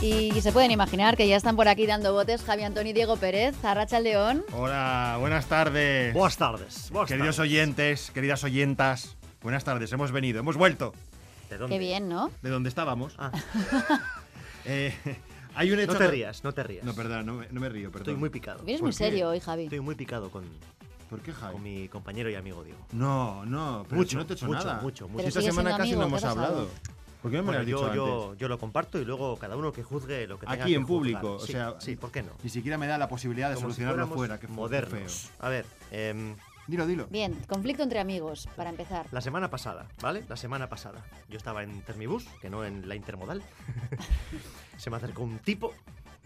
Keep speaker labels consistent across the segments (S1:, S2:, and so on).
S1: Y se pueden imaginar que ya están por aquí dando botes Javi Antonio y Diego Pérez, Arracha León.
S2: Hola, buenas tardes.
S3: Buenas tardes. buenas
S2: Queridos
S3: tardes.
S2: oyentes, queridas oyentas, buenas tardes, hemos venido, hemos vuelto
S3: ¿De dónde?
S1: Qué bien, ¿no?
S2: de donde estábamos.
S3: Ah,
S2: Eh, hay un hecho...
S3: no te rías, no te rías.
S2: No, perdón, no, me- no me río, perdón.
S3: Estoy muy picado.
S1: Vienes
S2: ¿Por
S1: muy
S2: qué?
S1: serio hoy, Javi.
S3: Estoy muy picado con,
S2: ¿Por qué, Javi?
S3: con mi compañero y amigo Diego.
S2: No, no, pero
S3: Mucho,
S2: si no te he hecho
S3: mucho,
S2: nada.
S3: mucho,
S2: Si
S3: mucho.
S2: Esta
S1: Pero sigue siendo
S2: semana casi
S1: amigo,
S2: no
S1: ¿qué
S2: hemos
S1: ha pasado?
S2: hablado. ¿Por qué no me lo
S3: Bueno,
S2: has
S3: yo,
S2: dicho
S3: yo,
S2: antes?
S3: yo lo comparto y luego cada uno que juzgue lo que tenga
S2: Aquí
S3: que
S2: en
S3: juzgar.
S2: público, o
S3: Sí,
S2: sea,
S3: sí, ¿por qué no?
S2: Ni siquiera me da la posibilidad de
S3: Como si
S2: solucionarlo
S3: fuéramos
S2: fuera, que fue
S3: modernos.
S2: feo.
S3: A ver, em,
S2: Dilo, dilo.
S1: Bien, conflicto entre amigos, para empezar.
S3: la semana pasada, ¿vale? La semana pasada. Yo estaba en Termibus, que no en la intermodal. Se me acercó un tipo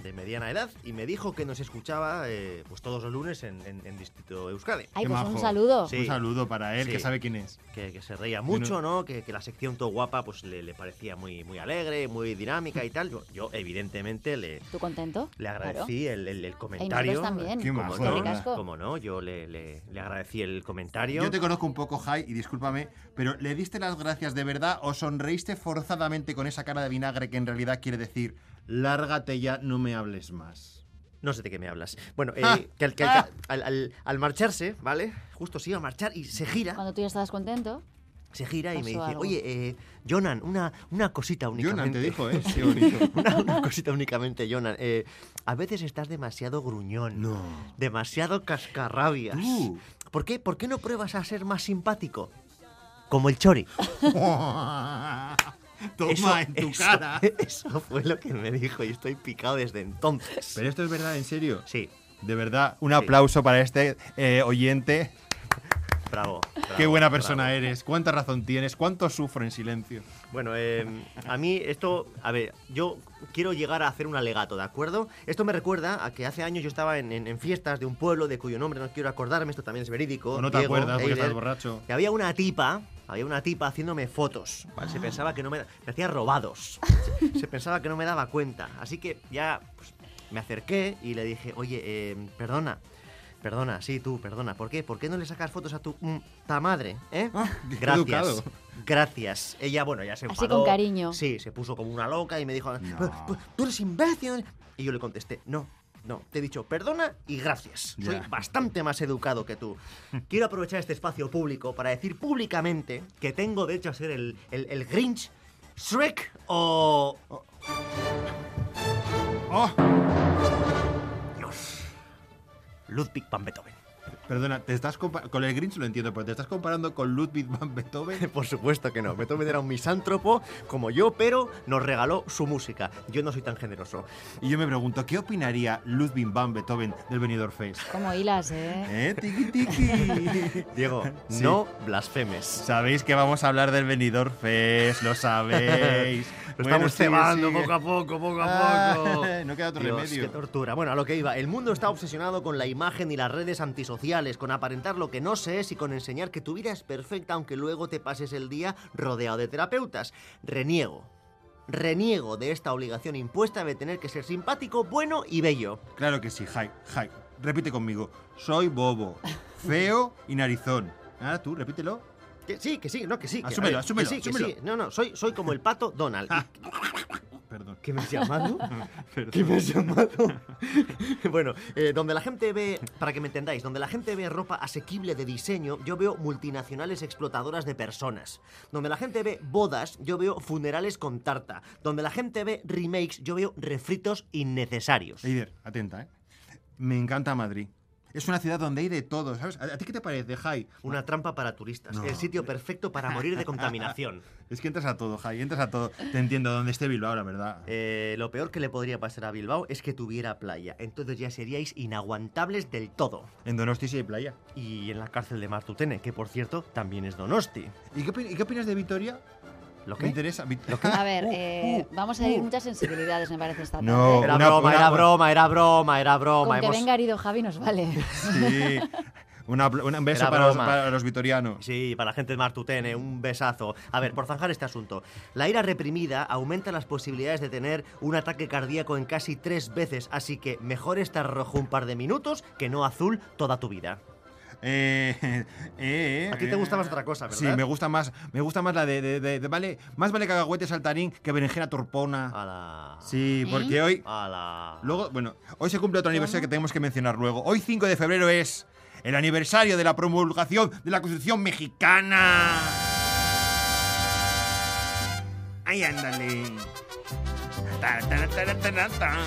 S3: de mediana edad y me dijo que nos escuchaba eh, pues todos los lunes en, en- en Distrito Euskadi.
S1: Ay,
S2: Qué
S1: pues un
S2: majo.
S1: saludo.
S3: Sí.
S2: Un saludo para él,
S3: Sí.
S2: que sabe quién es.
S3: que, que se reía mucho, ¿no? Que, que la sección todo guapa pues le, le parecía muy, muy alegre, muy dinámica y tal. Yo, yo, evidentemente le,
S1: ¿Tú contento?
S3: le
S1: Claro.
S3: agradecí el, el- el
S1: Y
S3: comentario.
S1: nosotros también. este
S2: Qué
S3: Como
S2: majo,
S1: Qué
S2: ¿no?
S1: ricasco.
S3: no, como no, yo le, le- le agradecí el comentario.
S2: Yo te conozco un poco, Jai, y discúlpame, pero ¿le diste las gracias de verdad o sonreíste forzadamente con esa cara de vinagre que en realidad quiere decir lárgate ya, no me hables más?
S3: No sé de qué me hablas. Bueno, eh,
S2: Ah,
S3: que al, que al-
S2: ah.
S3: al- al- al marcharse, ¿vale? Justo se iba a marchar y se gira.
S1: Cuando tú ya estabas contento.
S3: Se gira y me
S1: pasó
S3: dice,
S1: algo.
S3: oye, eh, Jonan, una, una cosita únicamente.
S2: Jonan te dijo, ¿eh? Qué bonito.
S3: una, una cosita únicamente, Jonan. Eh, a veces estás demasiado gruñón.
S2: No.
S3: Demasiado cascarrabias.
S2: Tú.
S3: ¿Por qué? ¿Por qué no pruebas a ser más simpático? Como el chori.
S2: Toma
S3: Eso-
S2: en tu
S3: eso-
S2: cara.
S3: Eso fue lo que me dijo y estoy picado desde entonces.
S2: Pero esto es verdad, en serio.
S3: Sí,
S2: De verdad, un
S3: Sí.
S2: aplauso para este eh, oyente.
S3: bravo.
S2: Qué
S3: bravo,
S2: buena persona
S3: bravo.
S2: eres, cuánta razón tienes, cuánto sufro en silencio.
S3: Bueno, eh, a mí esto, a ver, yo quiero llegar a hacer un alegato, ¿de acuerdo? Esto me recuerda a que hace años yo estaba en, en- en fiestas de un pueblo de cuyo nombre no quiero acordarme, esto también es verídico.
S2: O no te
S3: Diego,
S2: acuerdas porque
S3: Eider,
S2: estás borracho.
S3: Que había una tipa, había una tipa haciéndome fotos. ¿vale?
S2: Ah.
S3: Se pensaba que no me, me hacía robados. Se, se pensaba que no me daba cuenta. Así que ya pues, me acerqué y le dije, oye, eh, perdona. Perdona, sí, tú, perdona. ¿Por qué? ¿Por qué no le sacas fotos a tu mm, ta madre? ¿Eh?
S2: Ah, qué educado.
S3: Gracias. Gracias. Ella, bueno, ya se
S1: Así
S3: enfadó.
S1: con cariño.
S3: Sí, se puso como una loca y me dijo, "Pero, tú eres imbécil. Y yo le contesté, no, no, te he dicho perdona y gracias. Soy
S2: Ya.
S3: bastante más educado que tú. Quiero aprovechar este espacio público para decir públicamente que tengo derecho a ser el, el, el Grinch, Shrek o...
S2: Oh,
S3: Dios. Ludwig van Beethoven.
S2: perdona, te estás compa- con el Grinch lo entiendo, pero te estás comparando con Ludwig van Beethoven.
S3: Por supuesto que no. Beethoven era un misántropo como yo, pero nos regaló su música. Yo no soy tan generoso.
S2: Y yo me pregunto, ¿qué opinaría Ludwig van Beethoven del Benidorm Fest?
S1: Como hilas, ¿eh?
S2: ¿Eh? Tiki tiki.
S3: Diego,
S2: Sí.
S3: no blasfemes.
S2: Sabéis que vamos a hablar del Benidorm Fest, lo sabéis.
S3: Lo
S2: Bueno,
S3: estamos
S2: sigue,
S3: cebando
S2: sigue.
S3: poco a poco, poco a
S2: Ah,
S3: poco.
S2: no queda otro
S3: Dios,
S2: remedio.
S3: Qué tortura. Bueno, a lo que iba. El mundo está obsesionado con la imagen y las redes antisociales, con aparentar lo que no se es y con enseñar que tu vida es perfecta aunque luego te pases el día rodeado de terapeutas. Reniego. Reniego de esta obligación impuesta de tener que ser simpático, bueno y bello.
S2: Claro que sí, Jai, Jai. Repite conmigo. Soy bobo, feo y narizón. Ahora tú, repítelo.
S3: Que sí, que sí, no, que sí. que- a
S2: Asúmelo,
S3: ver,
S2: asúmelo,
S3: que sí, que
S2: asúmelo.
S3: sí. No, no, soy, soy como el pato Donald. Y-
S2: Perdón.
S3: ¿Qué me has llamado?
S2: perdón.
S3: ¿Qué me has llamado? bueno, eh, donde la gente ve, para que me entendáis, donde la gente ve ropa asequible de diseño, yo veo multinacionales explotadoras de personas. Donde la gente ve bodas, yo veo funerales con tarta. Donde la gente ve remakes, yo veo refritos innecesarios.
S2: Eider, atenta, ¿eh? Me encanta Madrid. Es una ciudad donde hay de todo, ¿sabes? ¿A a ti qué te parece, Jai?
S3: Una trampa para turistas.
S2: No.
S3: El sitio perfecto para morir de contaminación.
S2: Es que entras a todo, Jai, entras a todo. Te entiendo, donde esté Bilbao, la verdad.
S3: Eh, lo peor que le podría pasar a Bilbao es que tuviera playa. Entonces ya seríais inaguantables del todo.
S2: En Donosti sí hay playa.
S3: Y en la cárcel de Martutene, que por cierto también es Donosti.
S2: ¿Y qué, opi- y qué opinas de Vitoria?
S3: ¿Lo
S2: Me
S3: que
S2: interesa. Vit-
S1: A ver,
S2: Uh,
S1: eh,
S2: uh,
S1: vamos a ir
S2: uh.
S1: muchas sensibilidades, me parece, esta tarde.
S2: No.
S3: Era
S2: Oh, Una-
S3: broma,
S2: una-
S3: era broma, era broma, era broma.
S1: Con que
S3: Hemos-
S1: venga herido Javi nos vale.
S2: Sí. Una apl- una- un beso
S3: Era
S2: para los,
S3: broma.
S2: para los vitorianos.
S3: Sí, para la gente de Martutene, un besazo. A ver, por zanjar este asunto. La ira reprimida aumenta las posibilidades de tener un ataque cardíaco en casi tres veces, así que mejor estar rojo un par de minutos que no azul toda tu vida.
S2: Eh, eh, eh,
S3: A ti te
S2: eh.
S3: gusta más otra cosa, ¿verdad?
S2: Sí, me gusta más, me gusta más la de, de- de- de- vale, más vale cacahuete saltarín que berenjena
S3: Ah.
S2: torpona.
S3: Ala.
S2: Ah. Sí,
S1: ¿Eh?
S2: porque hoy,
S3: Ala.
S2: luego, bueno, hoy se cumple otro aniversario
S1: ¿Cómo?
S2: que tenemos que mencionar luego. Hoy 5 de febrero es el aniversario de la promulgación de la Constitución Mexicana. Ahí ándale. Ta, ta, ta, ta, ta, ta, ta,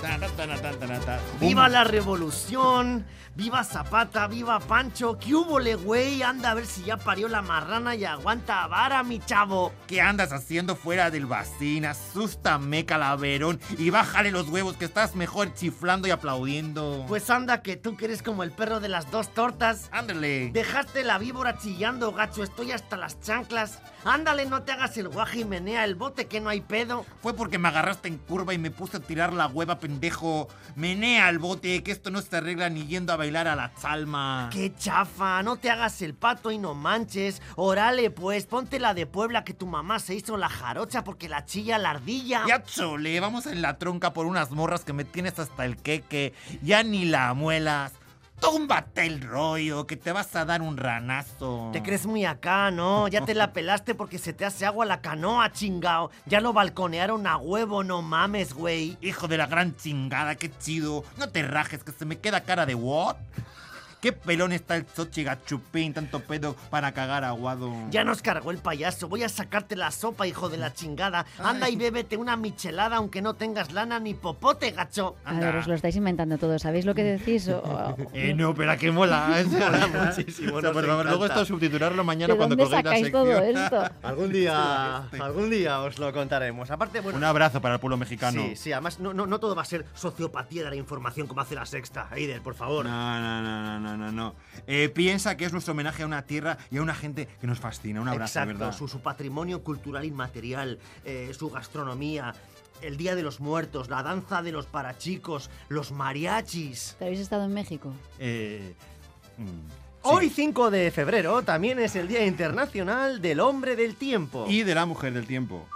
S2: ta, ta, ta, ta, ta, ta.
S3: ¡Viva la revolución! ¡Viva Zapata! ¡Viva Pancho! ¡Qué húbole, güey! Anda a ver si ya parió la marrana y aguanta a vara, mi chavo.
S2: ¿Qué andas haciendo fuera del bacín? Asústame, calaverón, y bájale los huevos que estás mejor chiflando y aplaudiendo.
S3: Pues anda que tú que eres como el perro de las dos tortas.
S2: ándale.
S3: Dejaste la víbora chillando, gacho. Estoy hasta las chanclas. Ándale, no te hagas el guaje y menea el bote que no hay pedo.
S2: Fue porque me agarraste en curva y me puse a tirar la hueva, pendejo. Menea al bote, que esto no se arregla ni yendo a bailar a la salma.
S3: ¡Qué chafa! No te hagas el pato y no manches. Órale, pues, ponte la de Puebla que tu mamá se hizo la jarocha porque la chilla la ardilla.
S2: Ya chole, vamos en la tronca por unas morras que me tienes hasta el queque. Ya ni la muelas. Túmbate el rollo, que te vas a dar un ranazo.
S3: Te crees muy acá, ¿no? Ya te la pelaste porque se te hace agua la canoa, chingao. Ya lo balconearon a huevo, no mames, güey.
S2: Hijo de la gran chingada, qué chido. No te rajes, que se me queda cara de what. Qué pelón está el Xochiga Chupín, tanto pedo para cagar aguado.
S3: Ya nos cargó el payaso. Voy a sacarte la sopa, hijo de la chingada. Anda y bébete una michelada aunque no tengas lana ni popote, gacho.
S1: A ver, os lo estáis inventando todo, ¿sabéis lo que decís? O- o-
S2: Eh, no, pero que mola. mola muchísimo.
S3: nos
S2: por favor,
S3: encanta.
S2: luego esto subtitularlo mañana
S1: ¿De
S2: cuando
S1: dónde
S2: colguéis la
S1: sacáis
S2: sección.
S1: todo esto?
S3: Algún día, algún día os lo contaremos. Aparte, bueno,
S2: Un abrazo para el pueblo mexicano.
S3: Sí, sí, además no, no, no todo va a ser sociopatía de la información como hace la sexta. Eider, por favor.
S2: No, no, no, no, no, no, no. Eh, piensa que es nuestro homenaje a una tierra y a una gente que nos fascina. Un abrazo, de
S3: Exacto,
S2: ¿verdad?
S3: su, su patrimonio cultural inmaterial, eh, su gastronomía, el Día de los Muertos, la danza de los parachicos, los mariachis.
S1: ¿Pero habéis estado en México?
S2: Eh, mm, sí.
S3: Hoy 5 de febrero también es el Día Internacional del Hombre del Tiempo.
S2: Y de la mujer del tiempo.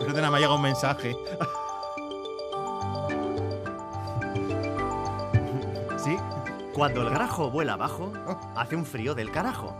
S2: Pero de nada me ha llegado un mensaje. ¿Sí?
S3: Cuando el grajo vuela abajo,
S2: Oh.
S3: hace un frío del carajo.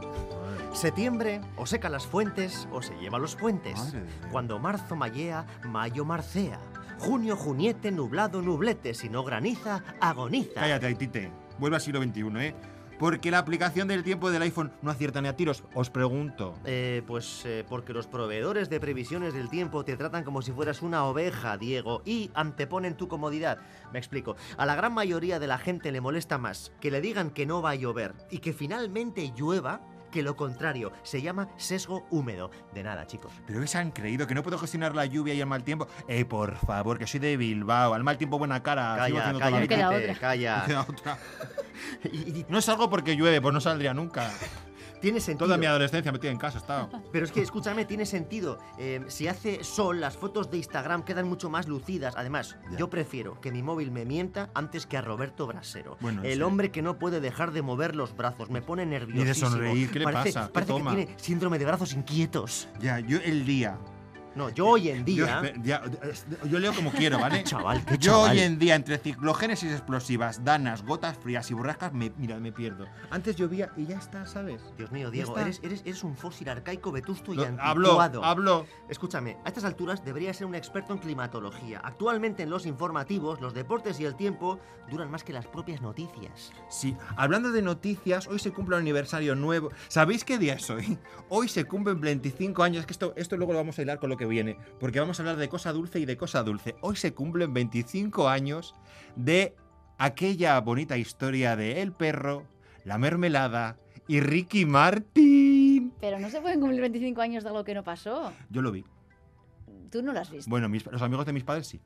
S3: Septiembre o seca las fuentes o se lleva los puentes.
S2: Madre de Dios.
S3: Cuando marzo mayea, mayo marcea. Junio juniete, nublado nublete, si no graniza, agoniza.
S2: Cállate, Aitite. Vuelve al siglo XXI, ¿eh? Porque la aplicación del tiempo del iPhone no acierta ni a tiros. Os pregunto.
S3: Eh, pues eh, porque los proveedores de previsiones del tiempo te tratan como si fueras una oveja, Diego, y anteponen tu comodidad. Me explico. A la gran mayoría de la gente le molesta más que le digan que no va a llover y que finalmente llueva que lo contrario. Se llama sesgo húmedo. De nada, chicos.
S2: ¿Pero qué se han creído? ¿Que no puedo gestionar la lluvia y el mal tiempo? Eh, por favor, que soy de Bilbao. Al mal tiempo, buena cara. Sigo
S3: Calla,
S2: haciendo toda la
S3: calla,
S1: No queda
S2: vida.
S3: Tite,
S1: otra.
S2: No queda
S3: calla.
S2: otra.
S3: Y- y
S2: No salgo porque llueve, pues no saldría nunca.
S3: tiene sentido.
S2: Toda mi adolescencia metida en casa he estado.
S3: Pero es que, escúchame, tiene sentido. Eh, si hace sol, las fotos de Instagram quedan mucho más lucidas. Además,
S2: Ya.
S3: yo prefiero que mi móvil me mienta antes que a Roberto Brasero.
S2: Bueno,
S3: el
S2: sí.
S3: hombre que no puede dejar de mover los brazos. Me pone nerviosísimo.
S2: sonreír, ¿qué le
S3: parece,
S2: pasa? ¿Qué
S3: Parece que
S2: toma?
S3: tiene síndrome de brazos inquietos.
S2: Ya, yo el día
S3: No, yo hoy en
S2: Yo,
S3: día...
S2: espe- ya, eh, yo leo como quiero, ¿vale?
S3: Chaval, qué
S2: yo
S3: chaval.
S2: hoy en día, entre ciclogénesis explosivas, danas, gotas frías y borrascas, me, mira, me pierdo. Antes llovía y ya está, ¿sabes?
S3: Dios mío, Diego,
S2: está.
S3: eres, eres, eres un fósil arcaico, vetusto y
S2: Lo- Habló,
S3: anticuado.
S2: habló.
S3: Escúchame, a estas alturas debería ser un experto en climatología. Actualmente en los informativos, los deportes y el tiempo duran más que las propias noticias.
S2: Sí, hablando de noticias, hoy se cumple un aniversario nuevo. ¿Sabéis qué día es hoy? Hoy se cumplen 25 años, es que esto, esto luego lo vamos a hilar con lo que viene, porque vamos a hablar de cosa dulce y de cosa dulce. Hoy se cumplen 25 años de aquella bonita historia de El perro, la mermelada y Ricky Martin.
S1: Pero no se pueden cumplir 25 años de algo que no pasó.
S2: Yo lo vi.
S1: Tú no lo has visto
S2: Bueno, mis- los amigos de mis padres sí,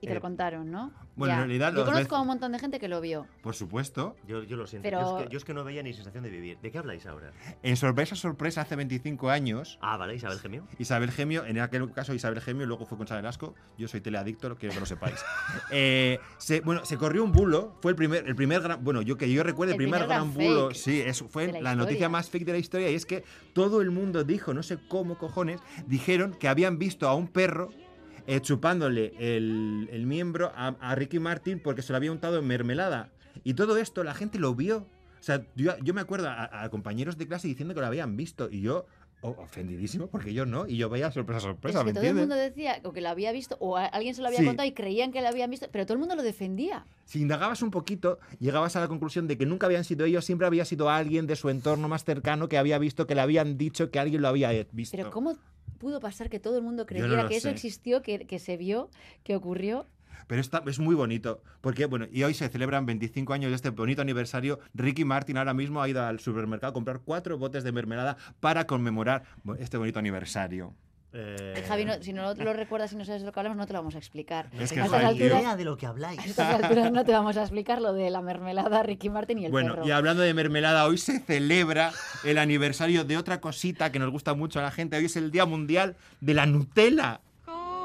S1: y te
S3: eh,
S1: lo contaron, ¿no?
S2: bueno, en realidad
S1: Yo
S2: los
S1: conozco
S2: ves-
S1: a un montón de gente que lo vio.
S2: por supuesto.
S3: Yo, yo lo siento.
S1: Pero-
S3: Yo, es que, yo es que no veía ni sensación de vivir. ¿De qué habláis ahora?
S2: En sorpresa, sorpresa, hace 25 años,
S3: Ah, vale, Isabel Gemio.
S2: Isabel Gemio, en aquel caso Isabel Gemio, luego fue Concha Velasco, yo soy teleadicto, quiero que lo sepáis. Eh, se, bueno, se corrió un bulo, fue el primer, el primer gran, bueno, yo que yo recuerdo, el,
S1: El primer gran
S2: gran, bulo,
S1: fake
S2: sí, es- fue
S1: de
S2: la,
S1: la
S2: noticia
S1: historia.
S2: más fake de la historia y es que todo el mundo dijo, no sé cómo cojones, dijeron que habían visto a un perro eh, chupándole el, el miembro a, a Ricky Martin porque se lo había untado en mermelada. Y todo esto la gente lo vio. O sea, yo, yo me acuerdo a, a compañeros de clase diciendo que lo habían visto y yo o- ofendidísimo porque yo no y yo veía sorpresa sorpresa,
S1: es que
S2: ¿me
S1: todo el
S2: entiendes?
S1: mundo decía o que lo había visto o a- alguien se lo había
S2: Sí.
S1: contado y creían que lo habían visto, pero todo el mundo lo defendía.
S2: Si indagabas un poquito, llegabas a la conclusión de que nunca habían sido ellos, siempre había sido alguien de su entorno más cercano que había visto, que le habían dicho que alguien lo había eh, visto.
S1: Pero ¿cómo pudo pasar que todo el mundo creyera
S2: lo
S1: que eso
S2: sé.
S1: existió, que, que se vio, que ocurrió?
S2: Pero está, es muy bonito, porque bueno, y hoy se celebran 25 años de este bonito aniversario. Ricky Martin ahora mismo ha ido al supermercado a comprar cuatro botes de mermelada para conmemorar bo- este bonito aniversario.
S3: Eh,
S1: Javi, no- si no lo recuerdas y no sabes de lo que hablamos, no te lo vamos a explicar.
S2: Es que
S1: a,
S3: no
S1: estas
S2: Javi,
S3: tenéis ni
S1: alturas,
S3: idea de lo que habláis.
S1: a estas alturas no te vamos a explicar lo de la mermelada, Ricky Martin y el
S2: Bueno,
S1: perro.
S2: y hablando de mermelada, hoy se celebra el aniversario de otra cosita que nos gusta mucho a la gente. Hoy es el Día Mundial de la Nutella.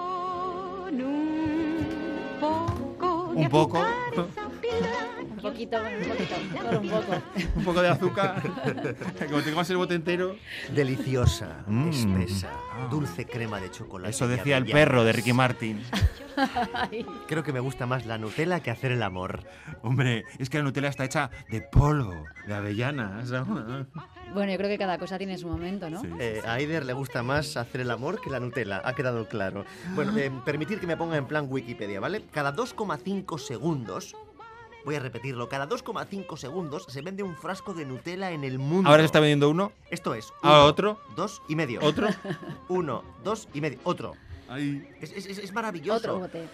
S4: Con un poco de
S2: Un poco.
S4: azúcar, esa pila
S1: Un poquito, bueno, un poquito, solo un poco.
S2: Un poco de azúcar. Como tengamos el bote entero.
S3: Deliciosa,
S2: Mm.
S3: espesa, dulce crema de chocolate.
S2: Eso
S3: y
S2: decía el
S3: avellanas.
S2: perro de Ricky Martin.
S1: Ay,
S3: Creo que me gusta más la Nutella que hacer el amor.
S2: Hombre, es que la Nutella está hecha de polvo, de avellanas. ¿no?
S1: Bueno, yo creo que cada cosa tiene su momento, ¿no?
S2: Sí.
S3: Eh, a Aider le gusta más hacer el amor que la Nutella, ha quedado claro. Bueno, eh, permitid que me ponga en plan Wikipedia, ¿vale? Cada 2,5 segundos, voy a repetirlo, cada 2,5 segundos se vende un frasco de Nutella en el mundo.
S2: Ahora se está vendiendo uno,
S3: Esto es.
S2: ahora
S3: uno,
S2: otro,
S3: Dos y medio.
S2: otro.
S3: Uno, dos y medio. Otro.
S2: Ay.
S3: Es, es- es- es maravilloso.
S1: Otro bote.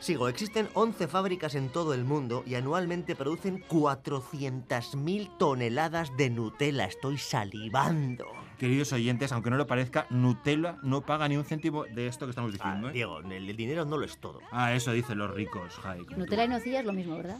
S3: Sigo, existen 11 fábricas en todo el mundo y anualmente producen 400.000 toneladas de Nutella. Estoy salivando.
S2: Queridos oyentes, aunque no lo parezca, Nutella no paga ni un céntimo de esto que estamos
S3: Ah,
S2: diciendo. ¿eh?
S3: Diego, el, el dinero no lo es todo.
S2: Ah, eso dicen los ricos, Jai. como tú.
S1: Nutella y nocilla es lo mismo, ¿verdad?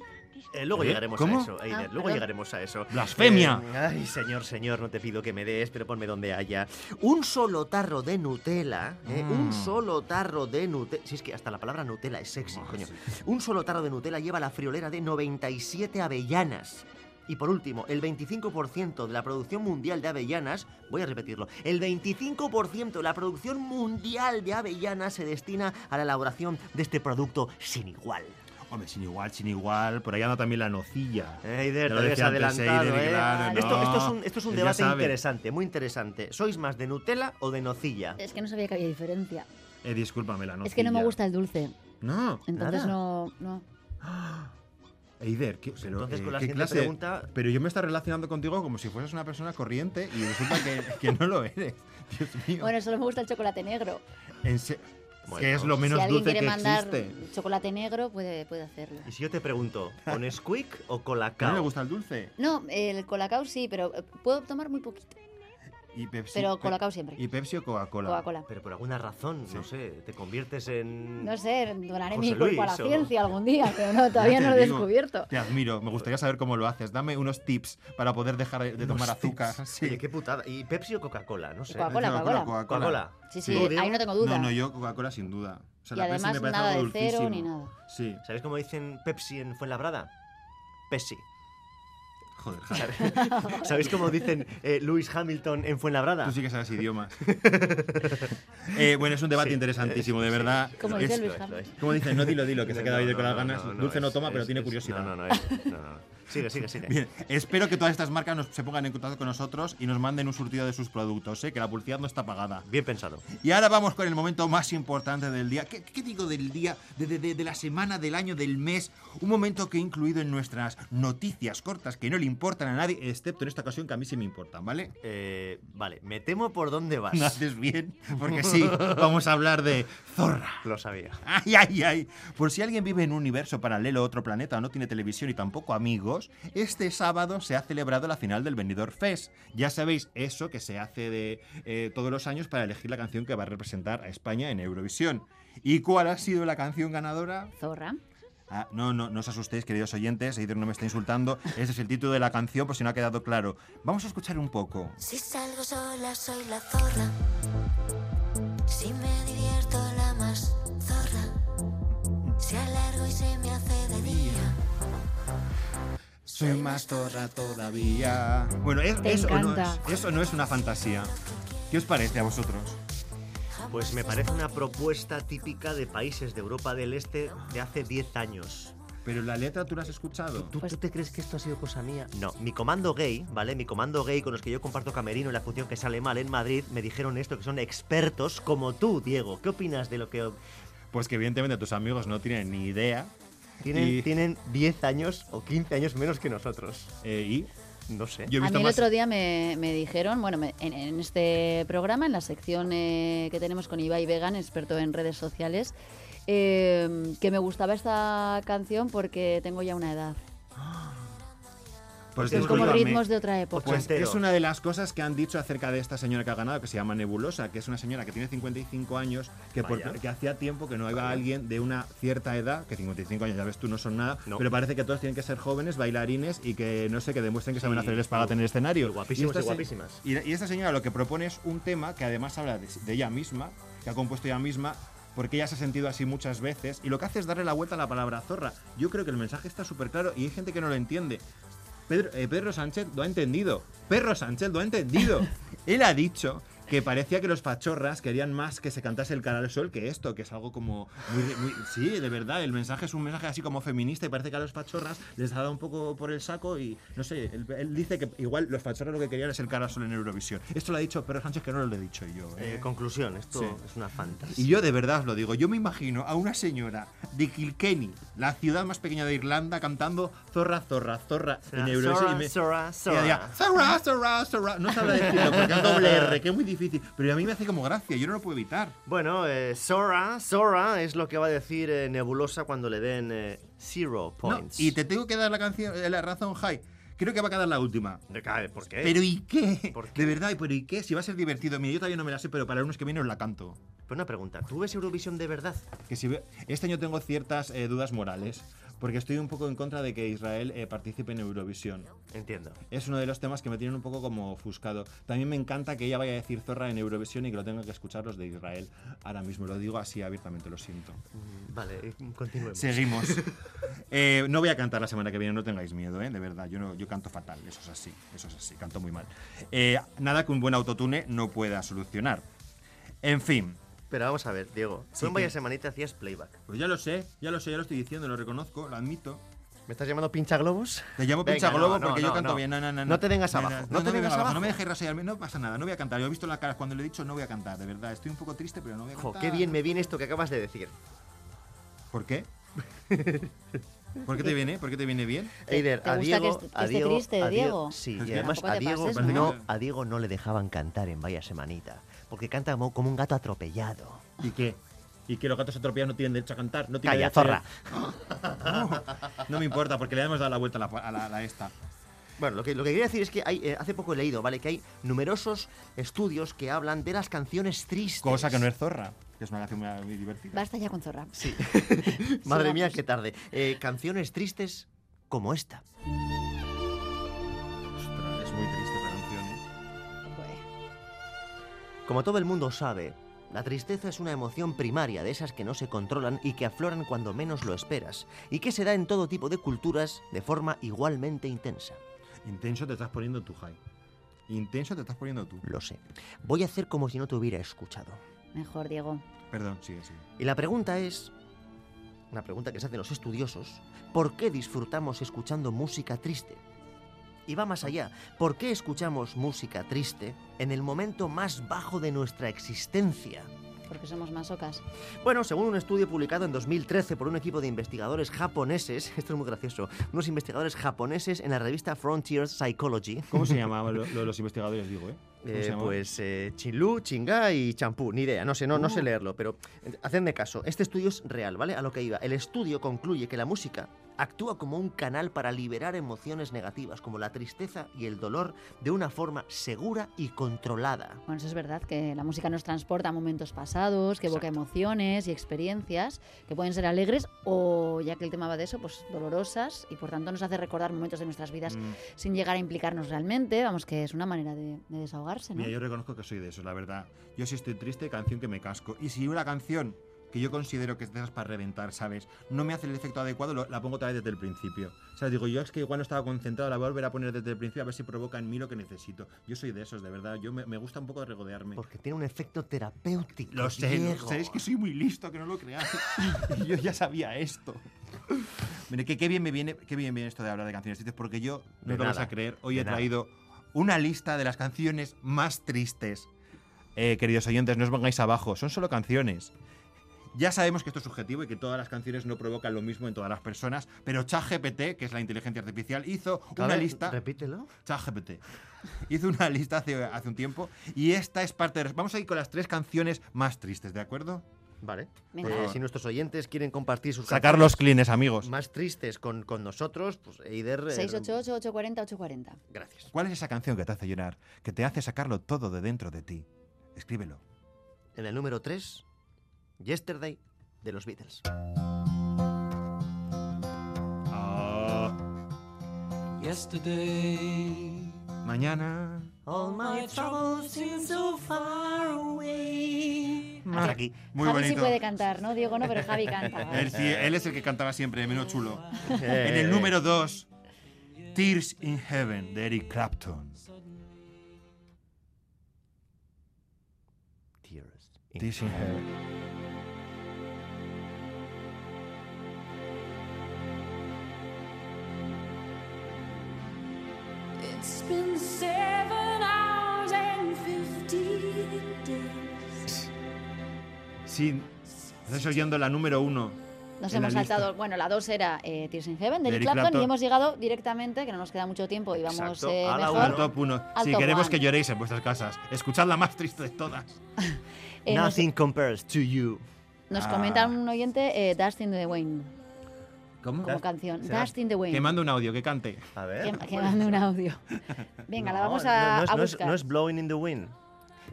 S3: Eh, luego
S2: ¿Eh?
S3: llegaremos
S2: ¿Cómo?
S3: a eso, Aider,
S1: Ah,
S3: luego
S1: perdón.
S3: llegaremos a eso.
S2: ¡Blasfemia!
S3: Eh, ay, señor, señor, no te pido que me des, pero ponme donde haya. Un solo tarro de Nutella, eh, un
S2: Mm.
S3: solo tarro de Nutella... Si es que hasta la palabra Nutella es sexy,
S2: Ah,
S3: coño.
S2: sí.
S3: Un solo tarro de Nutella lleva la friolera de 97 avellanas. Y por último, el 25% de la producción mundial de avellanas, voy a repetirlo, el 25% de la producción mundial de avellanas se destina a la elaboración de este producto sin igual.
S2: Hombre, sin igual, sin igual. Por ahí anda también la nocilla.
S3: Eider,
S2: Ya
S3: Eh, te
S2: lo
S3: habías
S2: decía antes,
S3: adelantado,
S2: Eider,
S3: ¿eh?
S2: claro,
S3: esto,
S2: no.
S3: esto es un, esto es un
S2: Él ya
S3: debate
S2: sabe.
S3: interesante, muy interesante. ¿Sois más de Nutella o de nocilla?
S1: Es que no sabía que había diferencia.
S2: Eh, discúlpame, la nocilla.
S1: Es que no me gusta el dulce.
S2: No.
S1: Entonces
S3: Nada.
S1: no, no.
S2: Eider, ¿qué, pero,
S3: Entonces,
S2: eh,
S3: con la
S2: ¿qué
S3: siguiente
S2: clase?
S3: pregunta...
S2: Pero yo me estoy relacionando contigo como si fueras una persona corriente y resulta que, que no lo eres. Dios mío.
S1: Bueno, solo me gusta el chocolate negro.
S2: En se-
S3: Bueno,
S2: que es lo menos
S1: si alguien
S2: dulce
S1: quiere
S2: que
S1: mandar
S2: existe.
S1: chocolate negro, puede, puede hacerlo.
S3: Y si yo te pregunto, ¿con Squeak
S2: ¿Que
S3: o
S2: no le
S3: Colacao?
S2: gusta el dulce?
S1: No, el colacao sí, pero eh, puedo tomar muy poquito.
S2: Y Pepsi,
S1: Pero
S2: pe-
S1: colacao siempre.
S2: ¿Y Pepsi o Coca-Cola?
S1: Coca-Cola.
S3: Pero por alguna razón, no sé, te conviertes en...
S1: No sé, donaré mi
S3: José
S1: cuerpo a la
S3: Luis, o-
S1: ciencia algún día, pero no, todavía
S2: te
S1: no lo he
S2: digo.
S1: descubierto.
S2: Te admiro, me gustaría saber cómo lo haces. Dame unos tips para poder dejar de tomar azúcar. Sí.
S3: Oye, qué putada. ¿Y Pepsi o Coca-Cola? No sé.
S1: Coca- Coca-Cola, Coca-Cola.
S3: Coca-Cola.
S1: Sí,
S2: Sí.
S1: sí,
S2: Yo
S3: digo-
S1: ahí no tengo duda.
S2: No, no, yo Coca-Cola sin duda. O sea,
S1: y
S2: la Pepsi
S1: además
S2: me parece
S1: nada de
S2: algo
S1: cero ni
S2: dulcísimo.
S1: nada.
S2: Sí,
S3: ¿Sabes cómo dicen Pepsi en Fuenlabrada? Pepsi.
S2: joder, Javi,
S3: ¿Sabéis cómo dicen eh, Lewis Hamilton en Fuenlabrada?
S2: tú Pues sí que sabes idiomas. Ah. Eh, bueno, es un debate
S3: Sí,
S2: interesantísimo, de
S3: sí.
S2: verdad.
S1: Como
S2: Es-
S1: dice
S3: Lo
S1: Luis
S3: es, lo
S1: Hamilton.
S3: es.
S2: ¿Cómo dices? No dilo, dilo, que se
S3: No,
S2: queda ahí
S3: no,
S2: con las
S3: no,
S2: ganas.
S3: no, no,
S2: Dulce no
S3: es-
S2: toma, pero
S3: es-
S2: tiene
S3: es-
S2: curiosidad.
S3: No, no, no, es- no, no. Sigue, sigue, sigue.
S2: Bien, espero que todas estas marcas nos- se pongan en contacto con nosotros y nos manden un surtido de sus productos, ¿eh? que la publicidad no está pagada.
S3: Bien pensado.
S2: Y ahora vamos con el momento más importante del día. ¿Qué, qué digo del día? De, de- de- de la semana, del año, del mes. Un momento que he incluido en nuestras noticias cortas que no le importan a nadie, excepto en esta ocasión que a mí sí me importan, ¿vale?
S3: Eh, vale, me temo por dónde vas.
S2: No haces bien, porque sí, vamos a hablar de zorra.
S3: Lo sabía.
S2: Ay, ay, ay. Por si alguien vive en un universo paralelo a otro planeta o no tiene televisión y tampoco amigos, este sábado se ha celebrado la final del Benidorm Fest. Ya sabéis, eso que se hace de eh, todos los años para elegir la canción que va a representar a España en Eurovisión. ¿Y cuál ha sido la canción ganadora?
S1: Zorra.
S2: Ah, no, no, no os asustéis, queridos oyentes. Eider no me está insultando. Ese es el título de la canción, por si no ha quedado claro. Vamos a escuchar un poco.
S5: Si salgo sola soy la zorra. Si me divierto la más zorra. Si alargo y se me hace de día.
S2: Soy más torra todavía. Bueno, es-
S1: Te
S2: eso, no es,
S1: encanta.
S2: eso no es una fantasía. ¿Qué os parece a vosotros?
S3: Pues me parece una propuesta típica de países de Europa del Este de hace 10 años.
S2: Pero la letra tú la has escuchado.
S3: ¿Tú,
S1: Pues-
S3: tú te crees que esto ha sido cosa mía? No, mi comando gay, ¿vale? Mi comando gay con los que yo comparto camerino en la función que sale mal en Madrid, me dijeron esto, que son expertos como tú, Diego. ¿Qué opinas de lo que
S2: Pues que evidentemente tus amigos no tienen ni idea.
S3: tienen?
S2: Y-
S3: Tienen 10 años o 15 años menos que nosotros.
S2: eh, y
S3: No sé.
S2: yo he
S1: A
S2: visto
S1: mí el
S2: más.
S1: otro día me, me dijeron, bueno, me- en, en este programa, en la sección eh, que tenemos con Ibai Vegan, experto en redes sociales, eh, que me gustaba esta canción porque tengo ya una edad.
S2: Pues
S1: Es como
S2: discúlpame.
S1: ritmos de otra época.
S2: Pues
S3: Ochentero.
S2: es una de las cosas que han dicho acerca de esta señora que ha ganado, que se llama Nebulosa, que es una señora que tiene 55 años, que, por-
S3: Vaya.
S2: que hacía tiempo que no iba alguien de una cierta edad, que 55 años, ya ves tú, no son nada,
S3: No.
S2: pero parece que todos tienen que ser jóvenes, bailarines y que, no sé, que demuestren que
S3: Sí,
S2: saben hacer el espagate en el escenario.
S3: y guapísimos
S2: esta
S3: y
S2: se-
S3: guapísimas.
S2: Y, y esta señora lo que propone es un tema que además habla de, de ella misma, que ha compuesto ella misma, porque ella se ha sentido así muchas veces, y lo que hace es darle la vuelta a la palabra zorra. Yo creo que el mensaje está súper claro y hay gente que no lo entiende. Pedro, eh, Pedro Sánchez lo ha entendido. Perro Sánchez lo ha entendido. Él ha dicho que parecía que los pachorras querían más que se cantase el cara al sol que esto, que es algo como... muy de- muy- sí, de verdad, el mensaje es un mensaje así como feminista y parece que a los pachorras les ha dado un poco por el saco y no sé, él, él dice que igual los pachorras lo que querían es el cara al sol en Eurovisión. Esto lo ha dicho Pedro Sánchez que no lo he dicho yo. ¿eh?
S3: Eh, conclusión, esto
S2: Sí.
S3: es una fantasía.
S2: Y yo de verdad os lo digo, yo me imagino a una señora de Kilkenny, la ciudad más pequeña de Irlanda, cantando zorra, zorra, zorra en Eurovisión. y me-
S3: Zorra, zorra,
S2: y ella diría,
S3: zorra.
S2: zorra, zorra, zorra. No sabrá decirlo porque es doble R, que es muy difícil. Pero a mí me hace como gracia, yo no lo puedo evitar.
S3: Bueno, eh, Sora, Sora es lo que va a decir eh, Nebulosa cuando le den eh, zero
S2: No,
S3: points.
S2: y te tengo que dar la canción, eh, la razón, High. Creo que va a quedar la última.
S3: Me cae, eh, ¿Por qué?
S2: ¿Pero y qué?
S3: ¿Por qué?
S2: De verdad, ¿pero y qué? Si va a ser divertido. Mira, yo todavía no me la sé, pero para el lunes que viene os la canto.
S3: Pero Pues una pregunta, ¿tú ves Eurovisión de verdad?
S2: que si ve- este año tengo ciertas eh, dudas morales porque estoy un poco en contra de que Israel eh, participe en Eurovisión.
S3: Entiendo.
S2: Es uno de los temas que me tienen un poco como ofuscado. También me encanta que ella vaya a decir zorra en Eurovisión y que lo tengan que escuchar los de Israel ahora mismo. Lo digo así abiertamente, lo siento.
S3: Mm, Vale, eh, continuemos.
S2: Seguimos. Eh, no voy a cantar la semana que viene, no tengáis miedo, ¿eh? de verdad. Yo, no, yo canto fatal, eso es así, eso es así, canto muy mal. Eh, nada que un buen autotune no pueda solucionar. En fin,
S3: Pero vamos a ver, Diego, tú
S2: Sí,
S3: en vaya
S2: ¿qué?
S3: semanita hacías playback.
S2: pues ya lo sé, ya lo sé, ya lo estoy diciendo, lo reconozco, lo admito.
S3: ¿Me estás llamando pincha globos?
S2: Te llamo
S3: Venga,
S2: pincha globo
S3: no, no,
S2: porque yo
S3: no,
S2: canto
S3: no.
S2: bien. No, no, no,
S3: No te vengas abajo, no te
S2: me
S3: vengas
S2: vengo
S3: abajo.
S2: No me dejes rayarme. No pasa nada. No voy a cantar. Yo he visto la cara cuando le he dicho no voy a cantar. De verdad, estoy un poco triste, pero no voy a
S3: Jo,
S2: cantar.
S3: qué bien me viene esto que acabas de decir.
S2: ¿Por qué? ¿Por qué te viene? ¿Por qué te viene bien?
S3: Eider,
S1: te
S3: a
S1: gusta que
S3: Diego,
S1: est- que
S3: a
S1: esté
S3: Diego,
S1: triste,
S3: a
S1: Diego?
S3: Sí,
S2: Es
S3: y
S2: que
S3: además
S1: tampoco
S3: a
S1: te
S3: Diego,
S1: pases,
S2: ¿no?
S3: no, a Diego no le dejaban cantar en Vaya Semanita, porque canta mo- como un gato atropellado.
S2: ¿Y qué? ¿Y que los gatos atropellados no tienen derecho a cantar? No tienen
S3: Calla,
S2: derecho a-
S3: zorra.
S2: No me importa porque le hemos dado la vuelta a la, a la- a la esta.
S3: Bueno, lo que, lo que quería decir es que hay, eh, hace poco he leído, ¿vale? Que hay numerosos estudios que hablan de las canciones tristes.
S2: Cosa que no es zorra, que es una canción muy, muy divertida.
S1: Basta ya con zorra. Sí.
S3: Madre mía, qué tarde. Eh, canciones tristes como esta.
S2: Ostras, es muy triste esta canción, ¿eh?
S3: Como todo el mundo sabe, la tristeza es una emoción primaria de esas que no se controlan y que afloran cuando menos lo esperas, y que se da en todo tipo de culturas de forma igualmente intensa.
S2: Intenso te estás poniendo tú, Jai. Intenso te estás poniendo tú.
S3: Lo sé. Voy a hacer como si no te hubiera escuchado.
S1: Mejor, Diego.
S2: Perdón, sigue, sigue.
S3: Y la pregunta es, una pregunta que se hacen los estudiosos, ¿por qué disfrutamos escuchando música triste? Y va más allá, ¿por qué escuchamos música triste en el momento más bajo de nuestra existencia?
S1: Porque somos masocas.
S3: Bueno, según un estudio publicado en 2013 por un equipo de investigadores japoneses, esto es muy gracioso, unos investigadores japoneses en la revista Frontier Psychology,
S2: ¿Cómo se llamaba lo, lo de los investigadores, digo, eh? ¿Cómo se
S3: Eh,
S2: llamaba?
S3: pues eh, Chinlú, Chingá y Champú, ni idea, no sé, no, no
S2: Uh.
S3: sé leerlo, pero eh, hacedme caso, este estudio es real, ¿vale? A lo que iba. El estudio concluye que la música actúa como un canal para liberar emociones negativas, como la tristeza y el dolor, de una forma segura y controlada.
S1: Bueno, eso es verdad que la música nos transporta a momentos pasados, que evoca emociones y experiencias que pueden ser alegres o, ya que el tema va de eso, pues dolorosas y por tanto nos hace recordar momentos de nuestras vidas
S2: Mm.
S1: sin llegar a implicarnos realmente. Vamos, que es una manera de, de desahogarse, ¿no?
S2: Mira, yo reconozco que soy de eso, la verdad. Yo si estoy triste, canción que me casco. Y si una canción que yo considero que es de esas para reventar, ¿sabes? No me hace el efecto adecuado, lo- la pongo otra vez desde el principio. O sea, digo, yo es que igual no estaba concentrado, la voy a volver a poner desde el principio a ver si provoca en mí lo que necesito. Yo soy de esos, de verdad. Yo me, me gusta un poco regodearme.
S3: Porque tiene un efecto terapéutico.
S2: Lo sé, lo
S3: Diego.
S2: sé, es que soy muy listo, que no lo creas. Y yo ya sabía esto. Mire, que- qué bien me viene, qué bien me viene esto de hablar de canciones tristes, porque yo no
S3: De
S2: te vas
S3: nada,
S2: a creer. Hoy
S3: de
S2: he
S3: nada.
S2: traído una lista de las canciones más tristes. Eh, queridos oyentes, no os pongáis abajo, son solo canciones. Ya sabemos que esto es subjetivo y que todas las canciones no provocan lo mismo en todas las personas, pero ChatGPT, que es la inteligencia artificial, hizo
S3: A
S2: una
S3: ver,
S2: lista.
S3: Repítelo.
S2: ChatGPT. Hizo una lista hace, hace un tiempo y esta es parte de. Vamos a ir con las tres canciones más tristes, ¿de acuerdo?
S3: Vale.
S1: Venga.
S3: Eh,
S2: Por favor.
S3: si nuestros oyentes quieren compartir sus
S2: Sacar
S3: canciones
S2: los clines, amigos.
S3: más tristes con, con nosotros, pues Eider. eh,
S1: 688-840-840.
S3: Gracias.
S2: ¿Cuál es esa canción que te hace llorar? Que te hace sacarlo todo de dentro de ti. Escríbelo.
S3: En el número 3, Yesterday de los Beatles.
S2: Ah.
S6: Yesterday,
S2: Mañana.
S3: All my troubles seem so far away.
S2: Ah,
S3: aquí.
S2: Muy
S1: Javi sí
S2: bonito.
S1: puede cantar, ¿no? Diego no, pero Javi canta.
S2: Él, sí, él es el que cantaba siempre, menos chulo.
S3: Eh.
S2: En el número 2, Tears in Heaven de Eric Clapton.
S3: Tears.
S1: Eh,
S2: Tears in Heaven.
S4: It's been seven hours and fifty days.
S2: Sí, estás oyendo la número 1.
S1: Nos
S2: en la
S1: hemos
S2: lista.
S1: saltado, bueno, la dos era eh, Tears in Heaven de Eric
S2: De Eric
S1: Clapton,
S2: Clapton.
S1: y hemos llegado directamente, que no nos queda mucho tiempo y vamos
S3: Exacto,
S1: eh,
S3: a la
S1: mejor.
S2: Al
S3: Claro.
S2: top 1.
S1: Al
S2: Si
S1: top
S2: queremos
S1: one.
S2: que lloréis en vuestras casas, escuchad la más triste de todas.
S1: Eh, nos,
S3: Nothing compares to you.
S1: nos
S2: Ah.
S1: comenta un oyente eh, Dustin the Wayne
S2: ¿Cómo?
S1: como canción.
S3: será-
S1: Dustin the Wayne.
S2: Que mande un audio, que cante.
S3: A ver.
S1: Que, que mande un audio. Venga, la vamos a,
S3: no, es,
S1: a
S3: no es-
S1: buscar.
S3: no es blowing in the wind.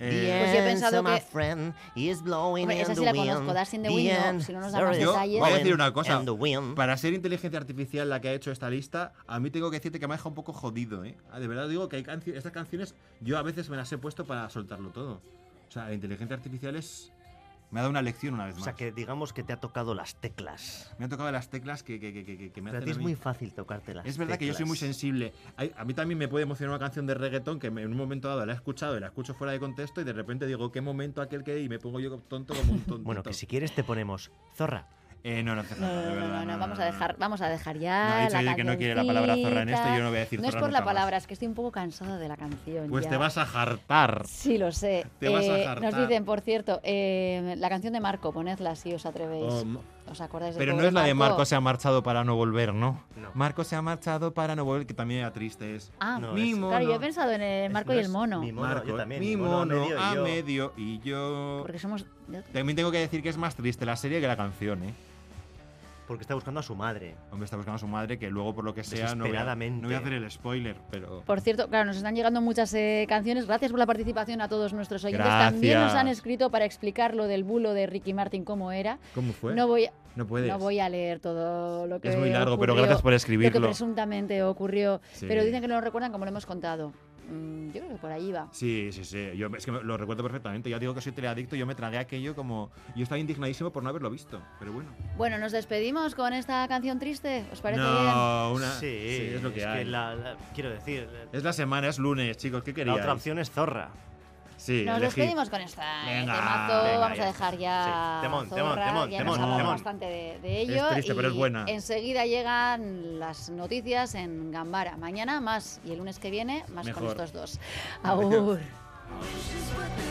S2: Eh,
S1: Pues yo he pensado
S3: my
S1: que-
S3: friend is blowing
S1: Hombre,
S3: in
S1: esa sí
S3: the
S1: la
S3: wind.
S1: conozco, Dustin the
S3: The
S1: Wind no,
S3: end,
S1: si no nos da más
S3: there is
S2: yo
S1: detalles.
S2: voy a
S1: Owen
S2: decir una
S3: blowing
S2: cosa.
S3: in the wind.
S2: Para ser inteligencia artificial la que ha hecho esta lista, a mí tengo que decirte que me deja un poco jodido, ¿eh? Ah, De verdad digo que hay cancio- estas canciones yo a veces me las he puesto para soltarlo todo. O sea, la inteligencia artificial es... Me ha dado una lección una vez
S3: O
S2: más.
S3: sea, que digamos que te ha tocado las teclas.
S2: Me han tocado las teclas que, que, que- que- que- que me
S3: Pero a
S2: hacen
S3: ti
S2: a
S3: es
S2: mí.
S3: muy fácil tocarte las
S2: Es verdad que yo soy muy
S3: teclas.
S2: sensible. Hay- a mí también me puede emocionar una canción de reggaetón que me- en un momento dado la he escuchado y la escucho fuera de contexto y de repente digo, ¿qué momento aquel que? Y me pongo yo tonto como un tonto.
S3: Bueno, que si quieres te ponemos zorra.
S2: Eh, no, no hace
S1: No,
S2: falta,
S1: no,
S2: de
S1: no, no,
S2: verdad,
S1: no, vamos a dejar, vamos a dejar
S2: No, ha
S1: ya.
S2: dicho
S1: la
S2: ella que no quiere la palabra zorra en esto y yo no voy a decir
S1: No es
S2: zorra
S1: por la
S2: nunca más.
S1: palabra, es que estoy un poco cansada de la canción.
S2: Pues
S1: ya.
S2: te vas a jartar.
S1: Sí, lo sé.
S2: Te vas a
S1: Eh,
S2: jartar.
S1: nos dicen, por cierto, eh, la canción de Marco, ponedla si os atrevéis.
S2: Oh, mo-
S1: ¿Os acordáis del
S2: Pero no
S1: pobre
S2: es la de Marco se ha marchado para no volver, ¿no?
S3: No.
S2: Marco se ha marchado para no volver, que también era triste. Es.
S1: Ah,
S3: No,
S2: mi
S3: es-
S2: mono.
S1: claro, yo he pensado en el Marco y
S3: no
S1: el
S3: es
S1: mono.
S3: mi mono.
S2: Marco,
S3: yo también,
S2: mi
S3: mi mono a
S2: mono
S3: medio y
S2: a
S3: yo.
S2: medio y yo.
S1: Porque somos.
S2: También tengo que decir que es más triste la serie que la canción, ¿eh?
S3: Porque está buscando a su madre.
S2: Hombre, está buscando a su madre, que luego por lo que sea no voy, a,
S3: Desesperadamente.
S2: no voy a hacer el spoiler, pero...
S1: Por cierto, claro, nos están llegando muchas eh, canciones. Gracias por la participación a todos nuestros oyentes.
S2: Gracias.
S1: También nos han escrito para explicar lo del bulo de Ricky Martin cómo era.
S2: ¿Cómo fue?
S1: No voy, a-
S2: No puedes.
S1: no voy a leer todo lo que
S2: es muy largo, pero
S1: ocurrió-
S2: gracias por
S1: Lo que
S2: escribirlo.
S1: presuntamente ocurrió.
S2: Sí.
S1: Pero dicen que no lo recuerdan como lo hemos contado. Mm, yo creo que por ahí va.
S2: Sí, sí, sí. Yo es que me- lo recuerdo perfectamente. Ya digo que soy teleadicto, yo me tragué aquello como... Yo estaba indignadísimo por no haberlo visto, pero bueno.
S1: Bueno, nos despedimos con esta canción triste. ¿Os parece bien?
S2: no, una...
S3: Sí,
S2: es lo que hay.
S3: la- la- quiero decir, la-
S2: Es la semana, es lunes, chicos, ¿qué
S3: la
S2: queríais?
S3: otra opción es zorra.
S2: Sí,
S1: Nos
S2: elegid.
S1: despedimos con esta eh,
S2: Venga,
S1: temazo.
S3: venga,
S1: Vamos a
S3: ya
S1: dejar ya.
S3: Sí, temón, temón,
S1: Zorra,
S3: temón,
S1: ya hemos
S2: temón,
S1: hablado
S2: temón.
S1: bastante de, de ello.
S2: triste,
S1: y
S2: pero es buena.
S1: Enseguida llegan las noticias en Gambara. Mañana más y el lunes que viene más con
S2: Mejor.
S1: estos dos. Agur.
S5: Wishes would be